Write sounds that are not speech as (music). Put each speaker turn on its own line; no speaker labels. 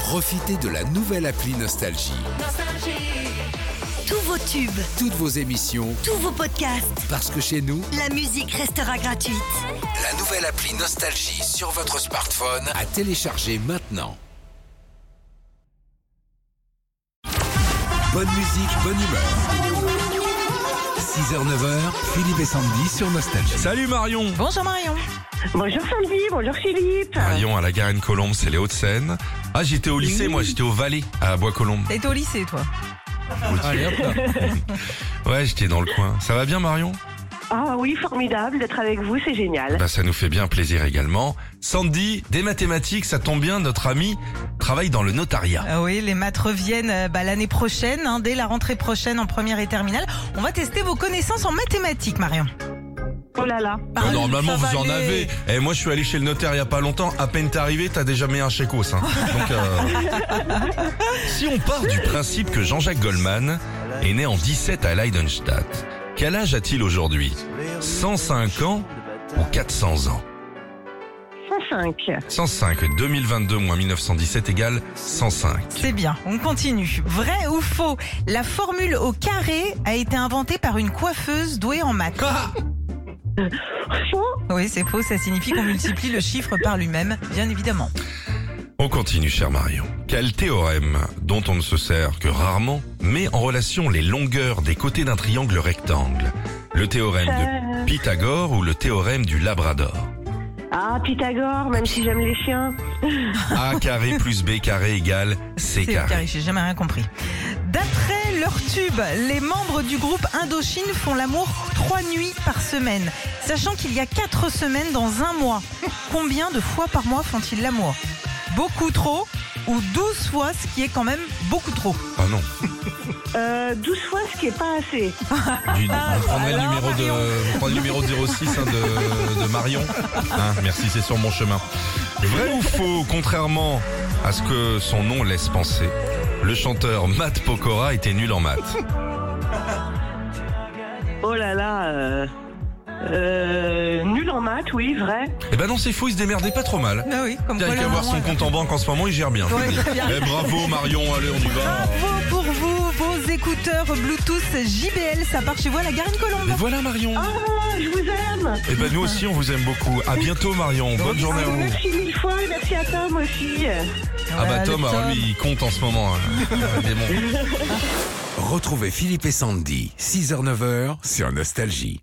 Profitez de la nouvelle appli Nostalgie.
Tous vos tubes,
Toutes vos émissions,
tous vos podcasts,
parce que chez nous,
la musique restera gratuite.
la nouvelle appli Nostalgie sur votre smartphone à télécharger maintenant. Bonne musique, bonne humeur. 6h, 9h, Philippe et Sandy sur Nostalgie.
Salut Marion
Bonjour Marion.
Bonjour Sandy, bonjour Philippe.
Marion à la Garenne Colombe, c'est les Hauts-de-Seine. Ah j'étais au lycée, moi j'étais au Valais, à Bois-Colombes.
T'as été au lycée toi
(laughs) Ouais, j'étais dans le coin. Ça va bien Marion
Ah oui, formidable d'être avec vous, c'est génial.
Bah ça nous fait bien plaisir également. Sandy, des mathématiques, ça tombe bien, notre ami travaille dans le notariat.
Ah oui, les maths reviennent euh, bah, l'année prochaine, hein, dès la rentrée prochaine en première et terminale. On va tester vos connaissances en mathématiques Marion.
Oh là là.
Bah,
Ouais, normalement
ça
vous
va
en
aller.
avez. Et moi je suis allé chez le notaire il y a pas longtemps, à peine t'es arrivé, t'as déjà mis un chèque hausse, hein. Donc euh,
(laughs)
si on part du principe que Jean-Jacques Goldman est né en 17 à Leidenstadt, quel âge a-t-il aujourd'hui 105 ans ou 400 ans
105.
105, 2022 moins 1917 égale 105.
C'est bien, on continue. Vrai ou faux La formule au carré a été inventée par une coiffeuse douée en maths.
Faux
Oui, c'est faux, ça signifie qu'on multiplie le chiffre par lui-même, bien évidemment.
On continue, cher Marion. Quel théorème, dont on ne se sert que rarement, met en relation les longueurs des côtés d'un triangle rectangle Le théorème de Pythagore ou le théorème du Labrador
Ah, Pythagore, même si j'aime les chiens.
A carré plus B carré égale C
C'est le carré,
carré.
j'ai jamais rien compris. D'après leur tube, les membres du groupe Indochine font l'amour trois nuits par semaine, sachant qu'il y a quatre semaines dans un mois. Combien de fois par mois font-ils l'amour Beaucoup trop ou 12 fois, ce qui est quand même beaucoup trop.
Ah non.
Euh, 12 fois, ce qui est pas assez.
Du- vous prendrez le
alors,
numéro de, vous prendrez le numéro 06 hein, de, de Marion. Hein, merci, c'est sur mon chemin. Vrai ou faux, contrairement à ce que son nom laisse penser, le chanteur Matt Pokora était nul en maths.
Oh là là. Euh, euh, nul en maths, oui, vrai.
Eh ben non, c'est faux, il se démerdait pas trop mal.
Ah oui, comme
Il a
quoi
qu'à
le
voir son
moment-
compte en banque en ce moment, il gère bien. je vous
Ouais,
le dis.
très bien.
Eh, bravo Marion, allez, on y va.
Bravo pour vous, vos écouteurs Bluetooth JBL, ça part chez vous à la Garenne
Et
Colombe.
voilà Marion.
Ah, je vous aime.
Eh ben nous aussi, on vous aime beaucoup. À bientôt Marion, bonne journée à vous.
Merci mille fois et merci à Tom aussi.
Ah bah
Voilà,
Tom,
le
alors lui, il compte en ce moment.
(laughs)
hein. Mais bon.
Retrouvez Philippe et Sandy, 6h, 9h sur Nostalgie.